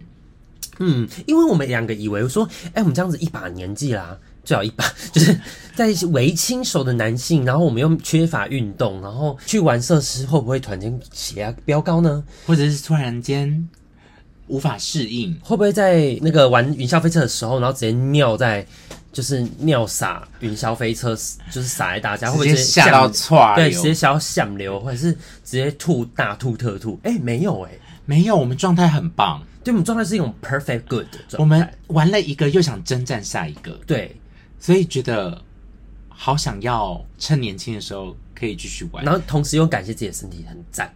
嗯，因为我们两个以为说，哎、我们这样子一把年纪啦，最好一把， 就是在为轻熟的男性，然后我们又缺乏运动，然后去玩设施会不会突然间血压飙高呢？
或者是突然间无法适应，
会不会在那个玩云霄飞车的时候，然后直接尿在？就是尿洒云霄飞车，就是洒在大家，会不
直
会
接吓到
呛
岔
对，
流
直接想要想流，或者是直接吐大吐特吐？哎、没有哎、
没有，我们状态很棒，
对我们状态是一种 perfect good 的状态。
我们玩了一个又想征战下一个，
对，
所以觉得好想要趁年轻的时候可以继续玩
然。后同时又感谢自己的身体很赞。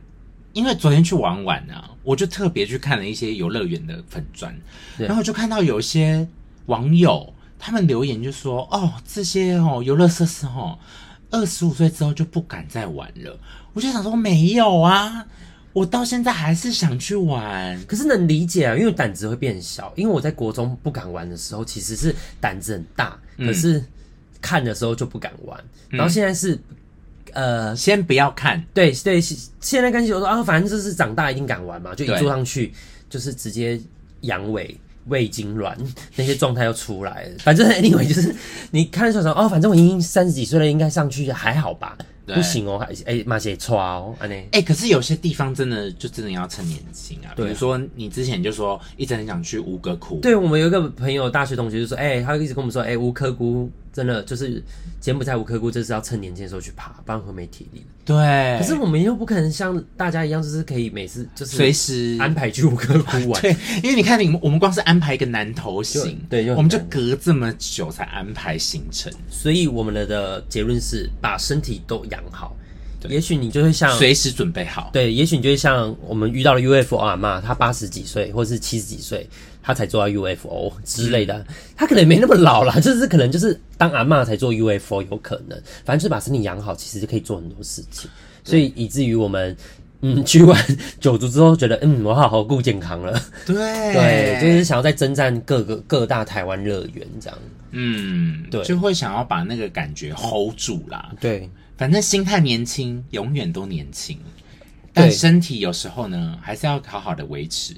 因为昨天去玩玩啊，我就特别去看了一些游乐园的粉砖，
对
然后就看到有些网友他们留言就说：“哦，这些哦游乐设施哦，二十五岁之后就不敢再玩了。”我就想说没有啊，我到现在还是想去玩。
可是能理解啊，因为胆子会变小。因为我在国中不敢玩的时候，其实是胆子很大，
嗯
可是看的时候就不敢玩。然后现在是，呃，
先不要看，
对对，现在跟我说啊，反正就是长大一定敢玩嘛，就一
对
坐上去就是直接阳痿。胃痉挛那些状态又出来了，反正 anyway 就是你看的时候想哦，反正我已经三十几岁了，应该上去还好吧？
对
不行哦，还哎马些错哦，安内
哎、可是有些地方真的就真的要趁年轻啊，比
对啊
如说你之前就说一直很想去吴哥窟，
对我们有一个朋友，大学同学就说，哎、他一直跟我们说，哎、吴科姑真的就是柬埔寨吴科姑，就是要趁年轻的时候去爬，不然会没体力。
对，
可是我们又不可能像大家一样，就是可以每次就是
随时
安排去吴科姑 玩。
对，因为你看，你们我们光是安排一个南投行，
对就很
我们就
难
隔这么久才安排行程，
所以我们的的结论是，把身体都养好。
对
也许你就会像
随时准备好。
对，也许你就会像我们遇到了 UFO 阿妈，她啊八十几岁或是七十几岁，她才做到 UFO 之类
嗯
的，她可能没那么老啦，就是可能就是当阿妈才做 UFO 有可能，反正就是把身体养好，其实就可以做很多事情。所以以至于我们嗯， 去完九族之后，觉得嗯，我好好顾健康了。
对
对，就是想要再征战各个各大台湾乐园这样。
嗯，
对
就会想要把那个感觉 hold 住啦。
对，
反正心态年轻，永远都年轻，但
对
身体有时候呢，还是要好好的维持。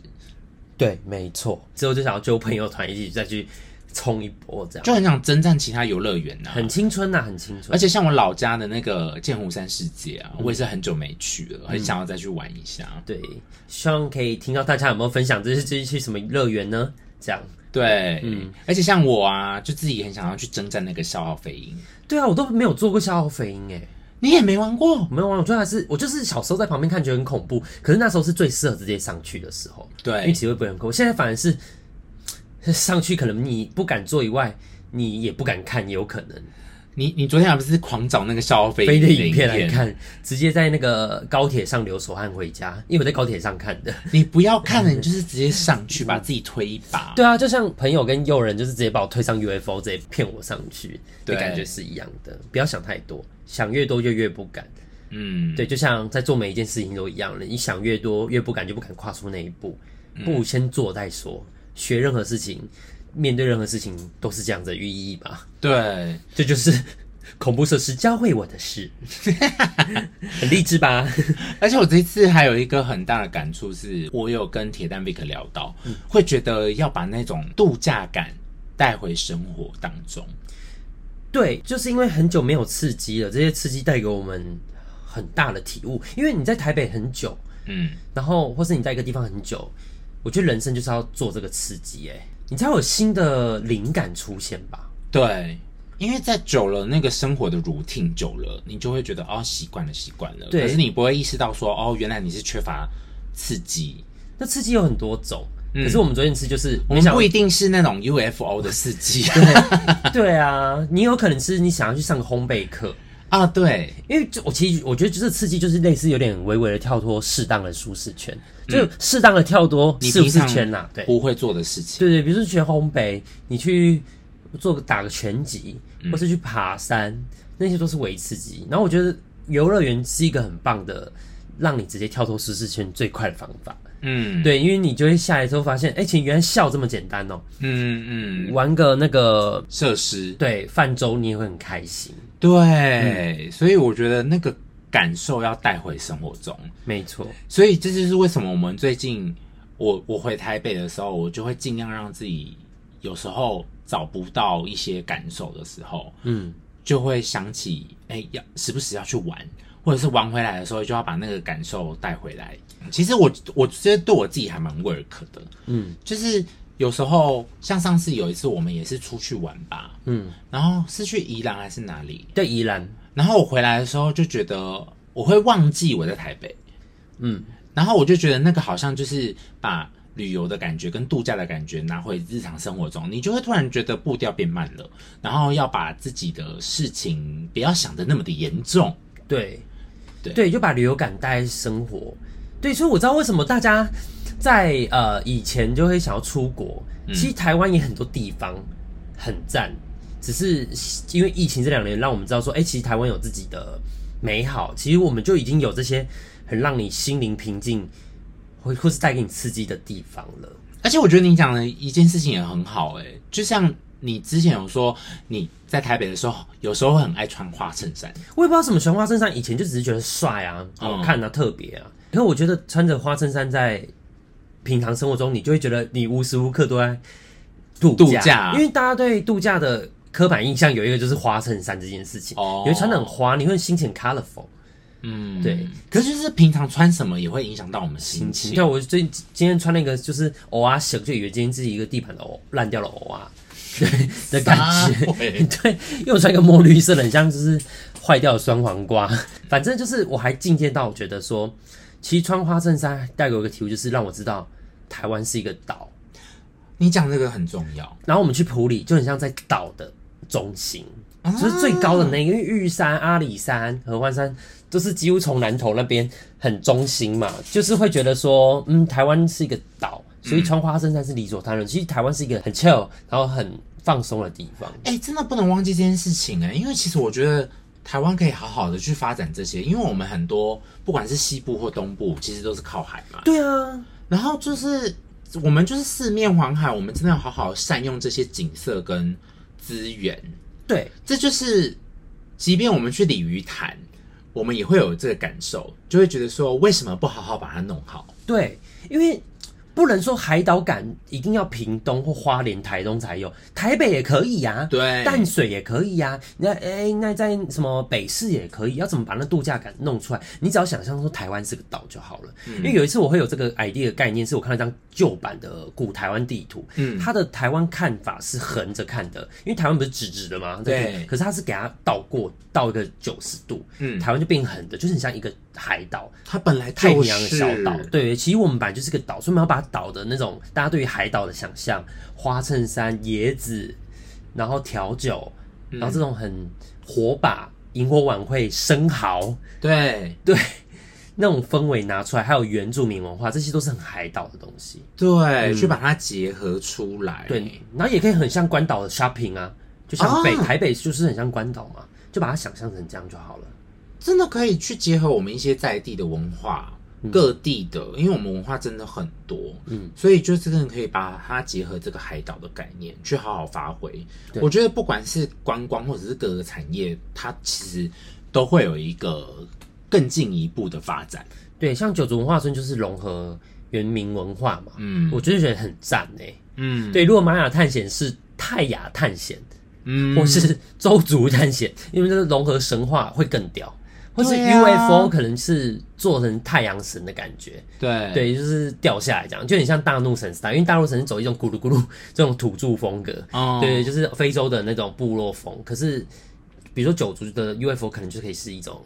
对，没错。之后就想要揪朋友团一起再去冲一波，这样
就很想征战其他游乐园呐。
很青春呐、啊很青春。
而且像我老家的那个剑湖山世界啊，我也是很久没去了，很想要再去玩一下。
对，希望可以听到大家有没有分享这是这是去什么乐园呢？这样。
对，
嗯
而且像我啊，就自己很想要去征战那个消耗飞鹰。
对啊，我都没有做过消耗飞鹰哎，
你也没玩过，
我没有啊玩，我觉得还是我就是小时候在旁边看觉得很恐怖，可是那时候是最适合直接上去的时候，因为
对
体会不会很恐怖。现在反而是上去可能你不敢做以外，你也不敢看，也有可能。
你，你昨天还不是狂找那个消耗飞
飞
鹰
的
的
影片来？看，直接在那个高铁上流手汗回家，因为我在高铁上看的。
你不要看 了，你就是直接上去把自己推一把。
对啊，就像朋友跟友人就是直接把我推上 UFO，直接骗我上去的
对
感觉是一样的。不要想太多，想越多就越不敢。
嗯，
对，就像在做每一件事情都一样了，你想越多越不敢，就不敢跨出那一步。
嗯
不如先做再说。学任何事情，面对任何事情都是这样子的寓意吧。
对，
这就是恐怖设施教会我 的事，很励志吧？
而且我这次还有一个很大的感触是，我有跟铁蛋 Vic 聊到，
嗯
会觉得要把那种度假感带回生活当中。
对，就是因为很久没有刺激了，这些刺激带给我们很大的体悟。因为你在台北很久，
嗯，
然后或是你在一个地方很久，我觉得人生就是要做这个刺激、欸，你才会有新的灵感出现吧？
对，因为在久了那个生活的 routine 久了，你就会觉得哦习惯了习惯了，
对
可是你不会意识到说哦原来你是缺乏刺激。
那刺激有很多种，
嗯
可是我们昨天吃就是
我
没
们
想
不一定是那种 UFO 的刺激
对啊，你有可能是你想要去上个烘焙课。
啊，对，
因为就我其实我觉得就是刺激，就是类似有点微微的跳脱适当的舒适圈，就适当的跳脱
嗯你
舒
平
适
常
圈啦、对，
不会做的事情，
对对，比如说学烘焙，你去做个打个拳击，或是去爬山，那些都是微刺激。然后我觉得游乐园是一个很棒的，让你直接跳脱舒适圈最快的方法。
嗯，，
对，因为你就会下来之后发现，哎、其实原来笑这么简单哦、
嗯嗯，
玩个那个
设施，
对泛舟，你也会很开心。
对，所以我觉得那个感受要带回生活中，
没错，
所以这就是为什么我们最近我我回台北的时候，我就会尽量让自己有时候找不到一些感受的时候，
嗯，
就会想起哎、要时不时要去玩，或者是玩回来的时候就要把那个感受带回来。其实我我觉得对我自己还蛮 work 的，
嗯，
就是有时候像上次有一次我们也是出去玩吧，
嗯，
然后是去宜兰还是哪里，
对，宜兰，
然后我回来的时候就觉得我会忘记我在台北，
嗯，
然后我就觉得那个好像就是把旅游的感觉跟度假的感觉拿回日常生活中，你就会突然觉得步调变慢了，然后要把自己的事情不要想的那么的严重。
对，
对
就把旅游感带在生活。对，所以我知道为什么大家在呃以前就会想要出国，其实台湾也很多地方很赞，只是因为疫情这两年让我们知道说，哎、其实台湾有自己的美好，其实我们就已经有这些很让你心灵平静，或或是带给你刺激的地方了。
而且我觉得你讲的一件事情也很好、欸，就像你之前有说你在台北的时候，有时候会很爱穿花衬衫，
我也不知道什么穿花衬衫，以前就只是觉得帅啊、
哦
好看啊、特别啊。可是我觉得穿着花衬衫在平常生活中，你就会觉得你无时无刻都在度
度假
因为大家对度假的刻板印象有一个就是花衬衫这件事情，
哦
你会穿的很花，你会心情 colorful
嗯，
对。
可是就是平常穿什么也会影响到我们心
心
情
情。，对，我最今天穿了一个就是偶啊小，就以为今天自己一个地板的偶烂掉了偶啊。对 的感觉
撒， 谎
对，因为我穿一个墨绿色的，很像就是坏掉的酸黄瓜。 反正就是我还进阶到，我觉得说，其实穿花衬衫带给我一个体悟，就是让我知道台湾是一个岛。
你讲这个很重要，
然后我们去普里，就很像在岛的中心，就是最高的那个，因为玉山、阿里山、合欢山，都是几乎从南投那边很中心嘛，就是会觉得说，嗯，台湾是一个岛，所以穿花衬衫是理所当然。其实台湾是一个很 chill，然后很放松的地方。
欸哎、真的不能忘记这件事情哎、因为其实我觉得台湾可以好好的去发展这些，因为我们很多不管是西部或东部，其实都是靠海嘛。
对啊，
然后就是我们就是四面环海，我们真的要好好善用这些景色跟资源。
对，
这就是，即便我们去鲤鱼潭，我们也会有这个感受，就会觉得说，为什么不好好把它弄好？
对，因为不能说海岛感一定要屏东或花莲、台东才有，台北也可以呀、啊，
对
淡水也可以呀、啊，那哎、那在什么北市也可以，要怎么把那度假感弄出来？你只要想象说台湾是个岛就好了。
嗯
因为有一次我会有这个 idea 的概念，是我看到一张旧版的古台湾地图，
嗯
它的台湾看法是横着看的，因为台湾不是直直的嘛，
对
可是它是给它倒过倒一个九十度，
嗯，
台湾就变横的，就是很像一个海岛。
它本来
太
就
平
是
洋的小岛，对，其实我们本来就是个岛，所以我们要把岛的那种大家对于海岛的想象，花衬衫、椰子，然后调酒，然后这种很火把、萤火晚会、生蚝
对
那种氛围拿出来，还有原住民文化，这些都是很海岛的东西。
对，去把它结合出来。
嗯对，然后也可以很像关岛的 shopping 啊，就像北、
哦
台北就是很像关岛嘛，就把它想象成这样就好了。
真的可以去结合我们一些在地的文化，各地的，因为我们文化真的很多，
嗯
嗯，所以就真的可以把它结合这个海岛的概念去好好发挥。
对
我觉得不管是观光或者是各个产业，它其实都会有一个更进一步的发展。
对，像九族文化村就是融合原民文化嘛，
嗯
我就是觉得很赞哎、
嗯，
对，如果玛雅探险是泰雅探险，
嗯
或是周族探险，因为这个融合神话会更屌，或是
对啊
UFO 可能是做成太阳神的感觉，
对
对，就是掉下来这样，就很像大怒神时代，因为大怒神是走一种咕噜咕噜这种土著风格，
哦
对，就是非洲的那种部落风。可是比如说九族的 UFO 可能就可以是一种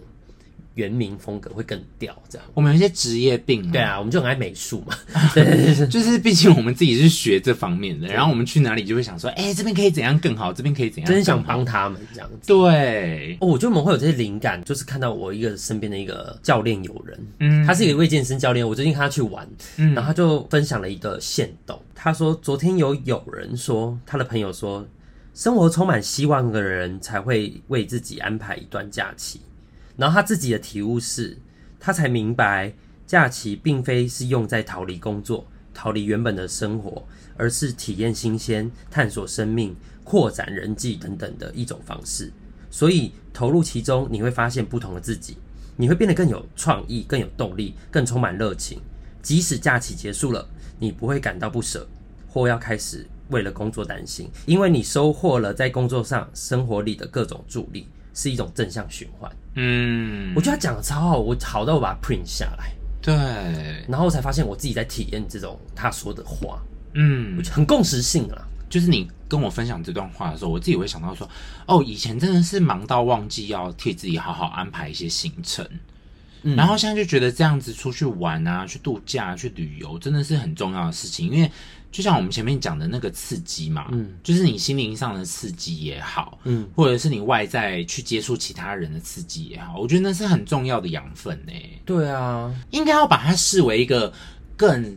原民风格，会更屌这样。
我们有一些职业病、
对，啊，我们就很爱美术嘛，对对对对
就是毕竟我们自己是学这方面的，然后我们去哪里就会想说，哎、这边可以怎样更好，这边可以怎样更好，
真想帮他们这样子。
对，
哦，我觉得我们会有这些灵感，就是看到我一个身边的一个教练友人，
嗯
他是一位健身教练，我最近看他去玩，
嗯
然后他就分享了一个线动，他说昨天有有人说他的朋友说，生活充满希望的人才会为自己安排一段假期，然后他自己的体悟是，他才明白假期并非是用在逃离工作、逃离原本的生活，而是体验新鲜、探索生命、扩展人际等等的一种方式。所以投入其中，你会发现不同的自己，你会变得更有创意、更有动力、更充满热情。即使假期结束了，你不会感到不舍，或要开始为了工作担心，因为你收获了在工作上、生活里的各种助力，是一种正向循环。
嗯
我觉得他讲的超好，我好到我把它 print 下来，
对，
然后才发现我自己在体验这种他说的话，
嗯
我，觉得很共识性啊。
就是你跟我分享这段话的时候，我自己会想到说，哦，以前真的是忙到忘记要替自己好好安排一些行程，
嗯
然后现在就觉得这样子出去玩啊、去度假、去旅游，真的是很重要的事情，因为就像我们前面讲的那个刺激嘛，
嗯，
就是你心灵上的刺激也好，
嗯，
或者是你外在去接触其他人的刺激也好，我觉得那是很重要的养分欸呢、
对啊，
应该要把它视为一个更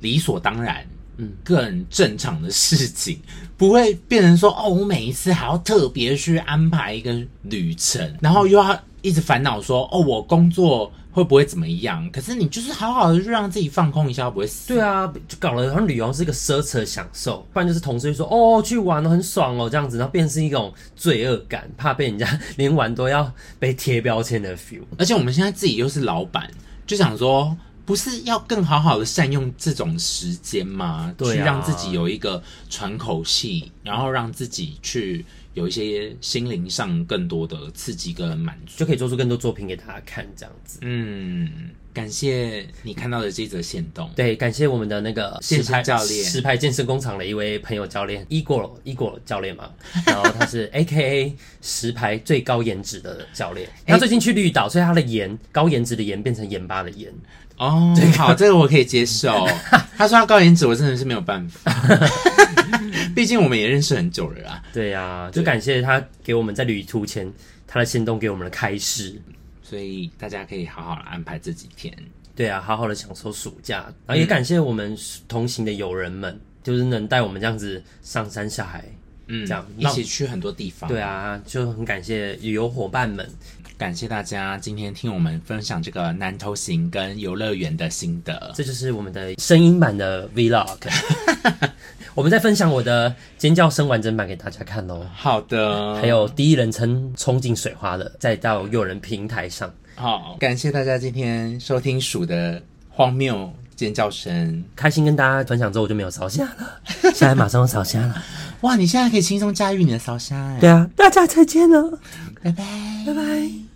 理所当然、
嗯，
更正常的事情，不会变成说哦，我每一次还要特别去安排一个旅程，然后又要一直烦恼说哦，我工作会不会怎么样？可是你就是好好的去让自己放空一下，不会死。
对啊，就搞了好像旅游是一个奢侈的享受，不然就是同事就说哦去玩哦很爽哦这样子，然后变成是一种罪恶感，怕被人家 连玩都要被贴标签的 feel。
而且我们现在自己又是老板，就想说，不是要更好好的善用这种时间吗？
对啊
去让自己有一个喘口气，然后让自己去有一些心灵上更多的刺激跟满足。
就可以做出更多作品给大家看，这样子。
嗯，感谢你看到的这则线动。
对，感谢我们的那个
健身
实拍
教练
实拍健身工厂的一位朋友教练，E 伊果伊果教练 嘛，然后他是 A K A 实拍最高颜值的教练，他最近去绿岛，所以他的盐高颜值的盐变成盐巴的盐，
哦，好，这个我可以接 受。他说他高颜值，我真的是没有办法， 毕竟我们也认识很久了啊。
对呀、就感谢他给我们在旅途前他的行动给我们的开示。
所以大家可以好好地安排这几天。
对啊，好好的享受暑假，然后也感谢我们同行的友人们，就是能带我们这样子上山下海
嗯，
这样
一
让
起去很多地方。
对，啊，就很感谢旅游伙伴们。
感谢大家今天听我们分享这个南投行跟游乐园的心得。
这就是我们的声音版的 Vlog。我 们再分享我的尖叫声完整版给大家看哦，
好的，
还有第一人称冲进水花的，再到诱人平台上。
好，感谢大家今天收听鼠的荒谬尖叫声。
开心跟大家分享之后，我就没有烧虾 了，现在马上要烧虾了。啊
哇，你现在可以轻松驾驭你的烧虾哎、
对啊，大家再见了，
拜拜，
拜拜。